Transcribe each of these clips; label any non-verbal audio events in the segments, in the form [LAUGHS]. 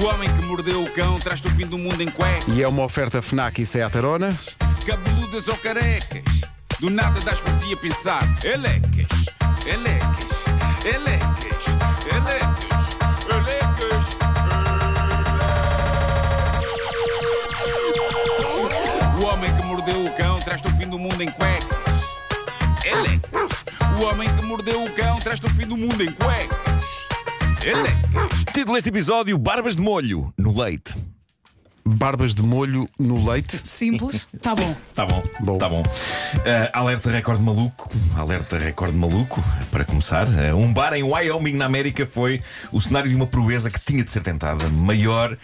O Homem que Mordeu o Cão traz-te o fim do mundo em cuecas, E é uma oferta FNAC e Seat Arona. cabeludas ou carecas. Do nada das por ti a pensar. Elecas, elecas, elecas, elecas, elecas. O Homem que Mordeu o Cão traz-te o fim do mundo em cuecas. Elecas. O Homem que Mordeu o Cão traz-te o fim do mundo em cuecas. Elecas. Título deste episódio: Barbas de molho no leite. Barbas de molho no leite. Simples, tá bom. Tá bom, Bom. tá bom. Eh, alerta recorde maluco, alerta recorde maluco, para começar. eh, um bar em Wyoming, na América, foi o cenário de uma proeza que tinha de ser tentada. Maior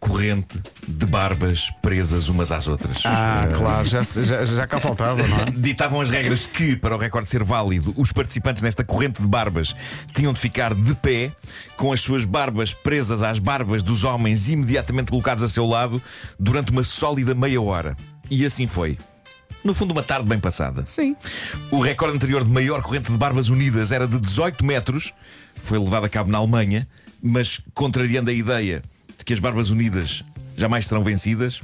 corrente de barbas presas umas às outras. Ah, claro, já, já, já cá faltava, não é? [LAUGHS] Ditavam as regras que, para o recorde ser válido, os participantes nesta corrente de barbas tinham de ficar de pé, com as suas barbas presas às barbas dos homens imediatamente colocados a seu lado, durante uma sólida meia hora. E assim foi. No fundo, uma tarde bem passada. Sim. O recorde anterior de maior corrente de barbas unidas era de 18 metros, foi levado a cabo na Alemanha, mas contrariando a ideia de que as barbas unidas jamais serão vencidas,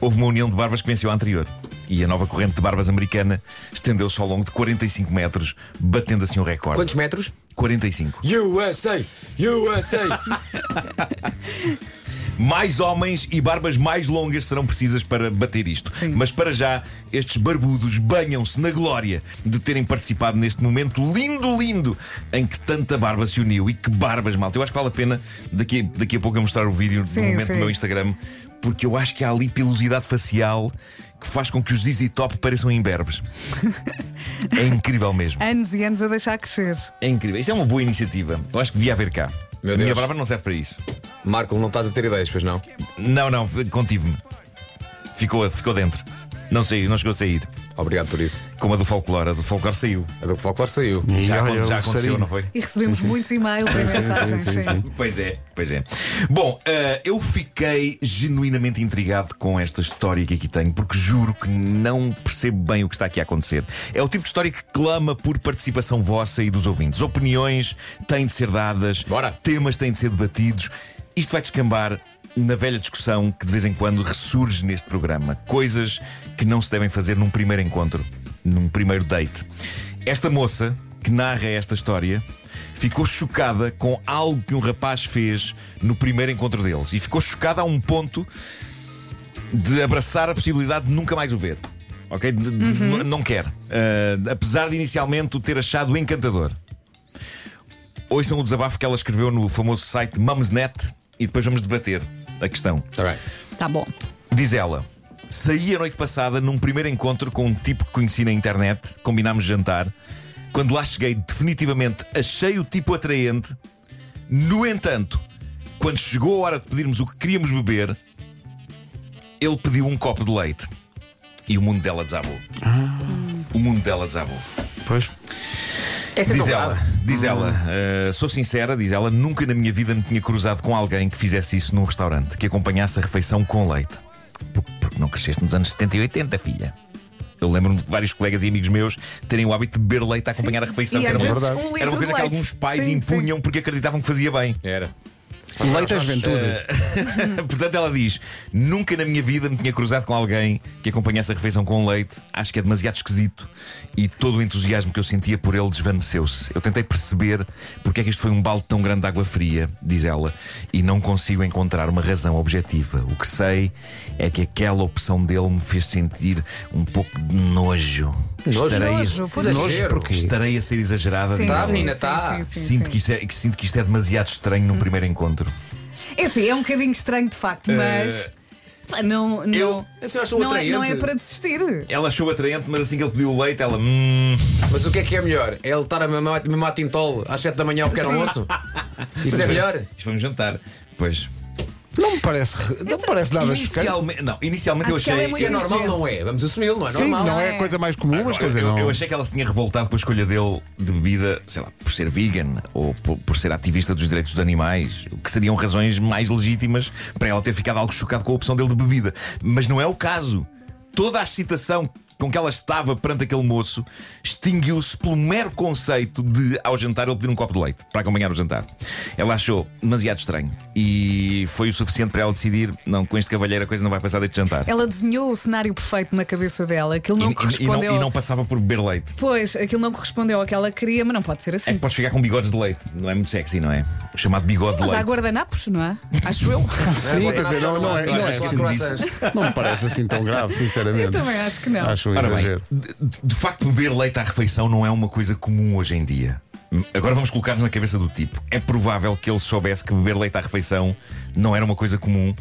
houve uma união de barbas que venceu a anterior. E a nova corrente de barbas americana estendeu-se ao longo de 45 metros, batendo assim o recorde. Quantos metros? 45. USA! USA! Mais homens e barbas mais longas serão precisas para bater isto. Mas para já, estes barbudos banham-se na glória de terem participado neste momento lindo, lindo, em que tanta barba se uniu. E que barbas, malta. Eu acho que vale a pena daqui, daqui a pouco eu mostrar o vídeo Sim, no momento sim. do meu Instagram, porque eu acho que há ali pilosidade facial que faz com que os Easy Top pareçam [LAUGHS] imberbes. é incrível mesmo. Anos e anos a deixar crescer. É incrível. Isto é uma boa iniciativa. Eu acho que devia haver cá. Meu Minha Deus. barba não serve para isso. Marco, não estás a ter ideias, pois não? Não, não, contive-me. Ficou, ficou dentro. Não saiu, não chegou a sair. Obrigado por isso. Como a do folclore, a do folclore saiu. A do folclore saiu. Já, E acon- olha, já o aconteceu, sarinho. não foi? E recebemos muitos e-mails e mensagens. sim, sim, sim. sim. [LAUGHS] Pois é, pois é. Bom, eh, eu fiquei genuinamente intrigado com esta história que aqui tenho, porque juro que não percebo bem o que está aqui a acontecer. É o tipo de história que clama por participação vossa e dos ouvintes. Opiniões têm de ser dadas, Bora. temas têm de ser debatidos. Isto vai descambar na velha discussão que de vez em quando ressurge neste programa. Coisas que não se devem fazer num primeiro encontro, num primeiro date. Esta moça que narra esta história ficou chocada com algo que um rapaz fez no primeiro encontro deles. E ficou chocada a um ponto de abraçar a possibilidade de nunca mais o ver. Ok? De- de- n- Não quer. Ah, apesar de inicialmente o ter achado encantador. Ouçam o desabafo que ela escreveu no famoso site Mumsnet e depois vamos debater a questão. Está bem. Tá bom. Diz ela: Saí a noite passada num primeiro encontro com um tipo que conheci na internet, combinámos jantar. Quando lá cheguei, definitivamente achei o tipo atraente. No entanto, quando chegou a hora de pedirmos o que queríamos beber, ele pediu um copo de leite. E o mundo dela desabou. O mundo dela desabou. Pois. Essa é Diz tão ela, grave. diz ela Hum. eh, sou sincera, diz ela, nunca na minha vida me tinha cruzado com alguém que fizesse isso num restaurante, que acompanhasse a refeição com leite. Por- Porque não cresceste nos anos 70 e 80, filha. Eu lembro-me de vários colegas e amigos meus terem o hábito de beber leite a acompanhar a refeição. E que às era, uma, vezes verdade. um litro era uma coisa de que leite. alguns pais Sim, sim. impunham porque acreditavam que fazia bem. Era. Leite à juventude. [LAUGHS] Portanto, ela diz: Nunca na minha vida me tinha cruzado com alguém que acompanhasse a refeição com leite. Acho que é demasiado esquisito. E todo o entusiasmo que eu sentia por ele desvaneceu-se. Eu tentei perceber porque é que isto foi um balde tão grande de água fria, diz ela, e não consigo encontrar uma razão objetiva. O que sei é que aquela opção dele me fez sentir um pouco de nojo. Nojo? Estarei, Nojo, pois Nojo, nojo porque porque estarei a ser exagerada. Sim, diz Tá, ela. sim, menina, sim, tá. sim, sim, Sinto sim. Uhum. que, isso é, que sinto que isto é demasiado estranho num primeiro encontro. É sim, é um bocadinho estranho de facto, mas. pá, Não, não, Eu- Esse eu acho não, é, não é atraente. para desistir. Ela achou atraente, mas assim que ele pediu o leite, ela. Hum, Mas o que é que é melhor? É ele estar a mamar, mamar tintol às 7 da manhã ao pequeno almoço? Isso é melhor? isto foi um jantar. Pois. Não me parece, não me parece nada chocante. Inicialmente, não, inicialmente eu Acho que ela achei. é Se é Muito normal, exigente. não é? Vamos assumi-lo, não é Sim, normal? não é a coisa mais comum, mas quer dizer, eu, eu não. achei que ela se tinha revoltado com a escolha dele de bebida, sei lá, por ser vegan ou por, por ser ativista dos direitos dos animais, o que seriam razões mais legítimas para ela ter ficado algo chocado com a opção dele de bebida. Mas não é o caso. Toda a excitação com que ela estava perante aquele moço extinguiu-se pelo mero conceito de, ao jantar, ele pedir um copo de leite para acompanhar o jantar. Ela achou demasiado estranho e foi o suficiente para ela decidir: não, com este cavalheiro a coisa não vai passar deste jantar. Ela desenhou o cenário perfeito na cabeça dela. Aquilo E- não e- e, não, correspondeu. e não passava por beber leite. Pois, aquilo não correspondeu ao que ela queria, mas não pode ser assim. É que podes ficar com bigodes de leite, não é muito sexy, não é? O chamado bigode Sim, mas de há leite. guardanapos, não há? Acho eu. Sim, quer dizer, não, não é, não, é Acho que assim, me não me parece assim tão grave, sinceramente. [LAUGHS] Eu também acho que não. Acho um Ora bem, exagero. de, de facto, beber leite à refeição não é uma coisa comum hoje em dia. Agora vamos colocar-nos na cabeça do tipo. É provável que ele soubesse que beber leite à refeição não era uma coisa comum.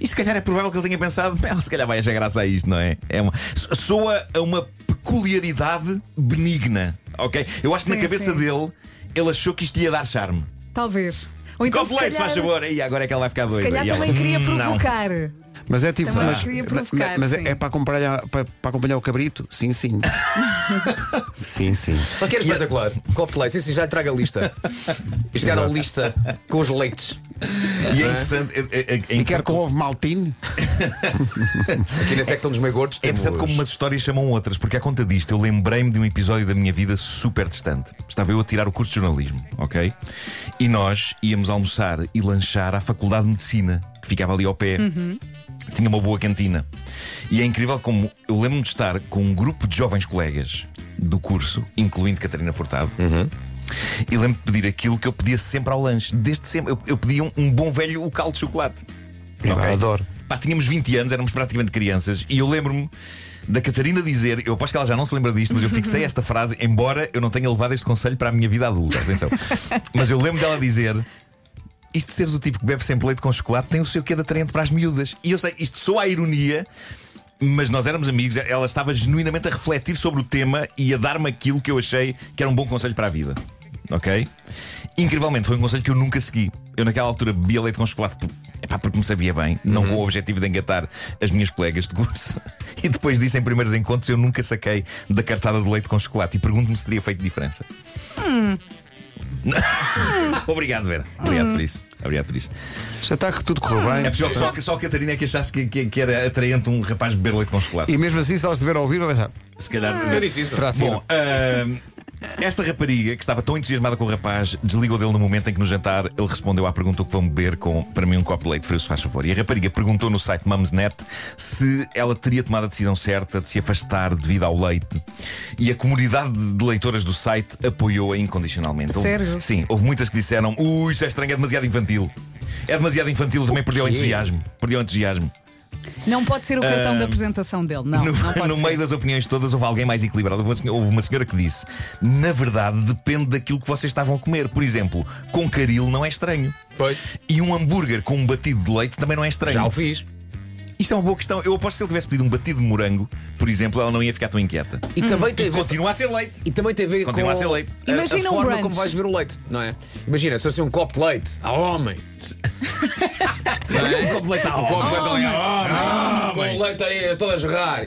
E se calhar é provável que ele tenha pensado, "Bem, se calhar vai achar graça a isto, não é? é uma... so- Soa a uma peculiaridade benigna, ok? Eu acho que na Sim, cabeça sim. dele ele achou que isto ia dar charme. Talvez. Ou Então, então, Copo se de leite, calhar, faz favor, e agora é que ela vai ficar doida. se calhar E ela- também queria "Hum, não." provocar. Mas é tipo. Também mas, queria ma- provocar, mas sim. é, é para, acompanhar, para, para acompanhar o cabrito? Sim, [LAUGHS] sim. sim, sim. Só que era espetacular. Copo de leite, sim, sim, já lhe trago a lista. E chegaram a lista com os leites. E é interessante. É, é- é E interessante quer com ovo maltinho? Aqui na secção dos meio gordos É temos. interessante como umas histórias chamam outras, porque à conta disto eu lembrei-me de um episódio da minha vida super distante. Estava eu a tirar o curso de jornalismo, ok? E nós íamos almoçar e lanchar à Faculdade de Medicina, que ficava ali ao pé. Tinha uma boa cantina. E é incrível como eu lembro-me de estar com um grupo de jovens colegas do curso, incluindo Catarina Furtado. E lembro-me de pedir aquilo que eu pedia sempre ao lanche. Desde sempre. Eu, eu pedia um, um bom velho o caldo de chocolate. Eu Ok. adoro. Pá, tínhamos 20 anos, éramos praticamente crianças, e eu lembro-me da Catarina dizer, eu aposto que ela já não se lembra disto, mas eu fixei [LAUGHS] esta frase, embora eu não tenha levado este conselho para a minha vida adulta, atenção. mas eu lembro dela dizer. Isto de seres o tipo que bebe sempre leite com chocolate tem o seu quê de atraente para as miúdas. E eu sei, isto soa a ironia, mas nós éramos amigos, ela estava genuinamente a refletir sobre o tema e a dar-me aquilo que eu achei que era um bom conselho para a vida. Ok? Incrivelmente, foi um conselho que eu nunca segui. Eu, naquela altura, bebia leite com chocolate por- epá, porque me sabia bem, não com o objetivo de engatar as minhas colegas de curso. [LAUGHS] E depois disso, em primeiros encontros, eu nunca saquei da cartada de leite com chocolate. E pergunto-me se teria feito diferença. [LAUGHS] Obrigado, Vera. Obrigado por isso. Obrigado por isso. Já está que tudo correu Ah. bem. É possível que só, que só a Catarina é que achasse que, que- que era atraente um rapaz beber leite com chocolate. E mesmo assim, se elas estiver a ouvir, vai pensar. Se calhar. É difícil. Terá sido. Bom, ahm, esta rapariga que estava tão entusiasmada com o rapaz desligou dele no momento em que no jantar ele respondeu à pergunta o que vão beber com para mim um copo de leite frio, se faz favor. E a rapariga perguntou no site Mumsnet se ela teria tomado a decisão certa de se afastar devido ao leite. E a comunidade de leitoras do site apoiou-a incondicionalmente. Houve- Sério? sim, houve muitas que disseram: ui, isso é estranho, é demasiado infantil. É demasiado infantil, também perdeu o quê? entusiasmo. Perdeu o entusiasmo. Não pode ser o cartão da apresentação dele. Não, No, [LAUGHS] não pode no ser. meio das opiniões todas houve alguém mais equilibrado. Houve uma senhora- houve uma senhora que disse: Na verdade, depende daquilo que vocês estavam a comer. Por exemplo, com caril não é estranho. Pois. E um hambúrguer com um batido de leite também não é estranho. Já o fiz. Isto é uma boa questão. Eu aposto que se ele tivesse pedido um batido de morango, por exemplo, ela não ia ficar tão inquieta. E também tem a ver. Continua a ser leite. E também tem a ver Continua com a ser leite. a- Imagina a um forma brunch. como vais ver o leite, não é? Imagina, se fosse um copo de leite a homem. Não é? [LAUGHS] Um copo de leite a Um copo de leite a homem. homem. Com o leite aí todo a jorrar.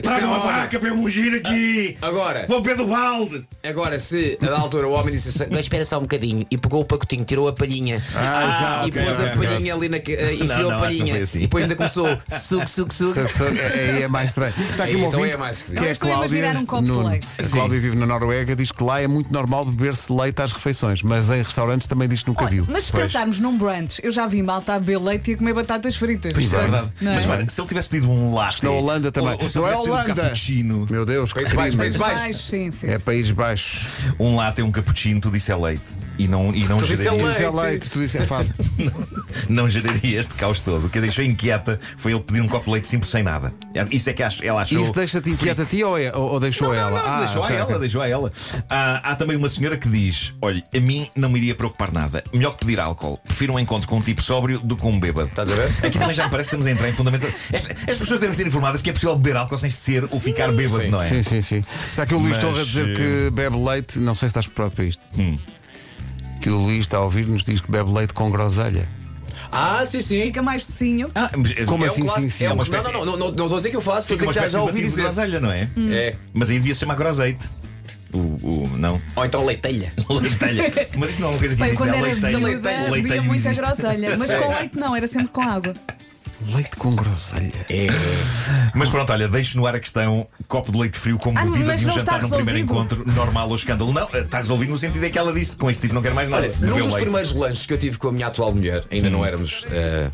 Tá Isso é uma forma. para eu mugir aqui. Ah, Agora. Vou beber do balde. Agora, se a da altura o homem disse assim, "Agora espera só um bocadinho, e pegou o pacotinho, tirou a palhinha Ah, e exato. pôs ok, a ok. palhinha ali na. eh, e Não, não, enfiou a acho que não palhinha. foi assim. E depois ainda começou suco, suco, suco. Se a pessoa- Aí é mais estranho. Está aqui Aí um então ouvinte é mais esquisito. que é Eu a estou a Cláudia. imaginar um copo de Nuno. leite. A Cláudia vive na Noruega, diz que lá é muito normal beber-se leite às refeições, mas em restaurantes também diz que nunca viu. Mas se Pois. pensarmos num brunch, eu já vi malta a beber leite e a comer batatas fritas. Pois é Portanto, verdade. não é? Mas olha, se ele tivesse pedido um latte. Na Holanda também. Ou, ou se Não ele é tivesse pedido um Holanda. cappuccino. Meu Deus, que Países Baixos, crime. Países Baixos. Baixo, sim, sim. É sim. Países Baixos. Um latte, um cappuccino, tu disse é leite. E não, e não Tu disse é geraria, Tu dizes é Leite. leite, tu dizes é fado. [LAUGHS] não geraria este caos todo. O que a deixou inquieta foi ele pedir um copo de leite simples sem nada. Isso é que acha- ela achou. Isso deixa-te inquieta a ti ou, é, ou, ou deixou Não, ela? não, Ah, deixou ok, a ela, ok. deixou a ela. Ah, há também uma senhora que diz: Olha, a mim não me iria preocupar nada. Melhor que pedir álcool. Prefiro um encontro com um tipo sóbrio do que com um bêbado. Estás a ver? Aqui também já me parece que estamos a entrar em fundamental. As, as pessoas devem ser informadas que é possível beber álcool sem ser ou ficar bêbado, Sim. não é? Sim, sim, sim. Está aqui o Luís Mas, Torre a dizer eh, Hum. que bebe leite. Não sei se estás preparado para isto. Que o Luís está a ouvir-nos diz que bebe leite com groselha. Ah, sim, sim. Fica mais docinho. Ah, mas- Como É assim? um clássico. é É um- uma Não, espécie- não, não, não, não, não estou a dizer que eu faço, estou a Fica dizer uma que espécie já, né? já de ouvi batido de groselha, dizer. não é? É. Mas aí devia se chamar groseite. O, o, não. [LAUGHS] Ou então leitelha. Leitelha. Mas isso não é uma coisa que Bem, existe. quando não é era leitelha. miúda, Leitelho [LAUGHS] bebia muita existe. groselha. Mas com leite não, era sempre com água. Leite com groselha. Mas pronto, olha, deixo no ar a questão: copo de leite frio como Ah, bebida mas de um não está jantar num primeiro resolvido. encontro, normal ou escândalo. Não, eh, está resolvido no sentido é que ela disse: com este tipo não quero mais nada. Olha, Bebeu num dos leite. Hum. primeiros lanches que eu tive com a minha atual mulher, ainda não éramos eh,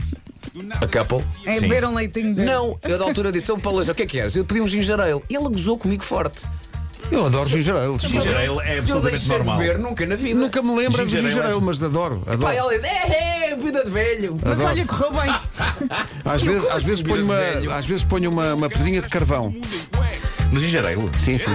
a couple. É beber um leitinho de. Não, eu da altura disse, "Ô, Paulo, Leite, o que é que queres? Eu pedi um ginger ale. E ela gozou comigo forte. Eu adoro ginger ale. Ginger ale é Se eu absolutamente deixei normal. de beber nunca na vida. Nunca me lembro de Ginger ale ginger é- ale, mas adoro. adoro. Pá, ela disse, é, é, vida de velho. Ah, Mas olha, correu bem. Às vezes, às gosto vezes de ponho, vinho velho. uma, às vezes ponho uma, uma pedrinha de carvão. No ginger ale? Sim, sim.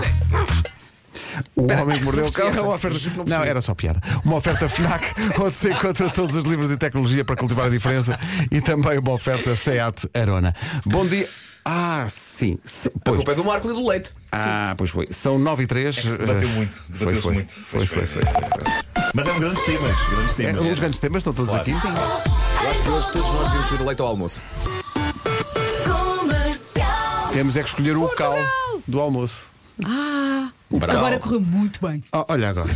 O homem que mordeu o cão é uma oferta. Não Não, era só piada. Uma oferta Fnac, [LAUGHS] onde se encontra todos os livros e tecnologia para cultivar a diferença e também uma oferta SEAT Arona. Bom dia. Ah, sim. Se- A Pois. culpa é do Marco e do leite. Ah, pois foi. São 9 e 3. É se debateu muito, Foi, debateu-se foi. muito. Foi, foi, foi. Foi, foi. Mas é um eram grandes temas. Grandes É, temas. Os grandes temas estão todos Claro. aqui. Eu acho que hoje todos nós devemos pedir o leite ao almoço. Temos é que escolher o cal do almoço. Bravo. Agora correu muito bem. Ah, olha agora.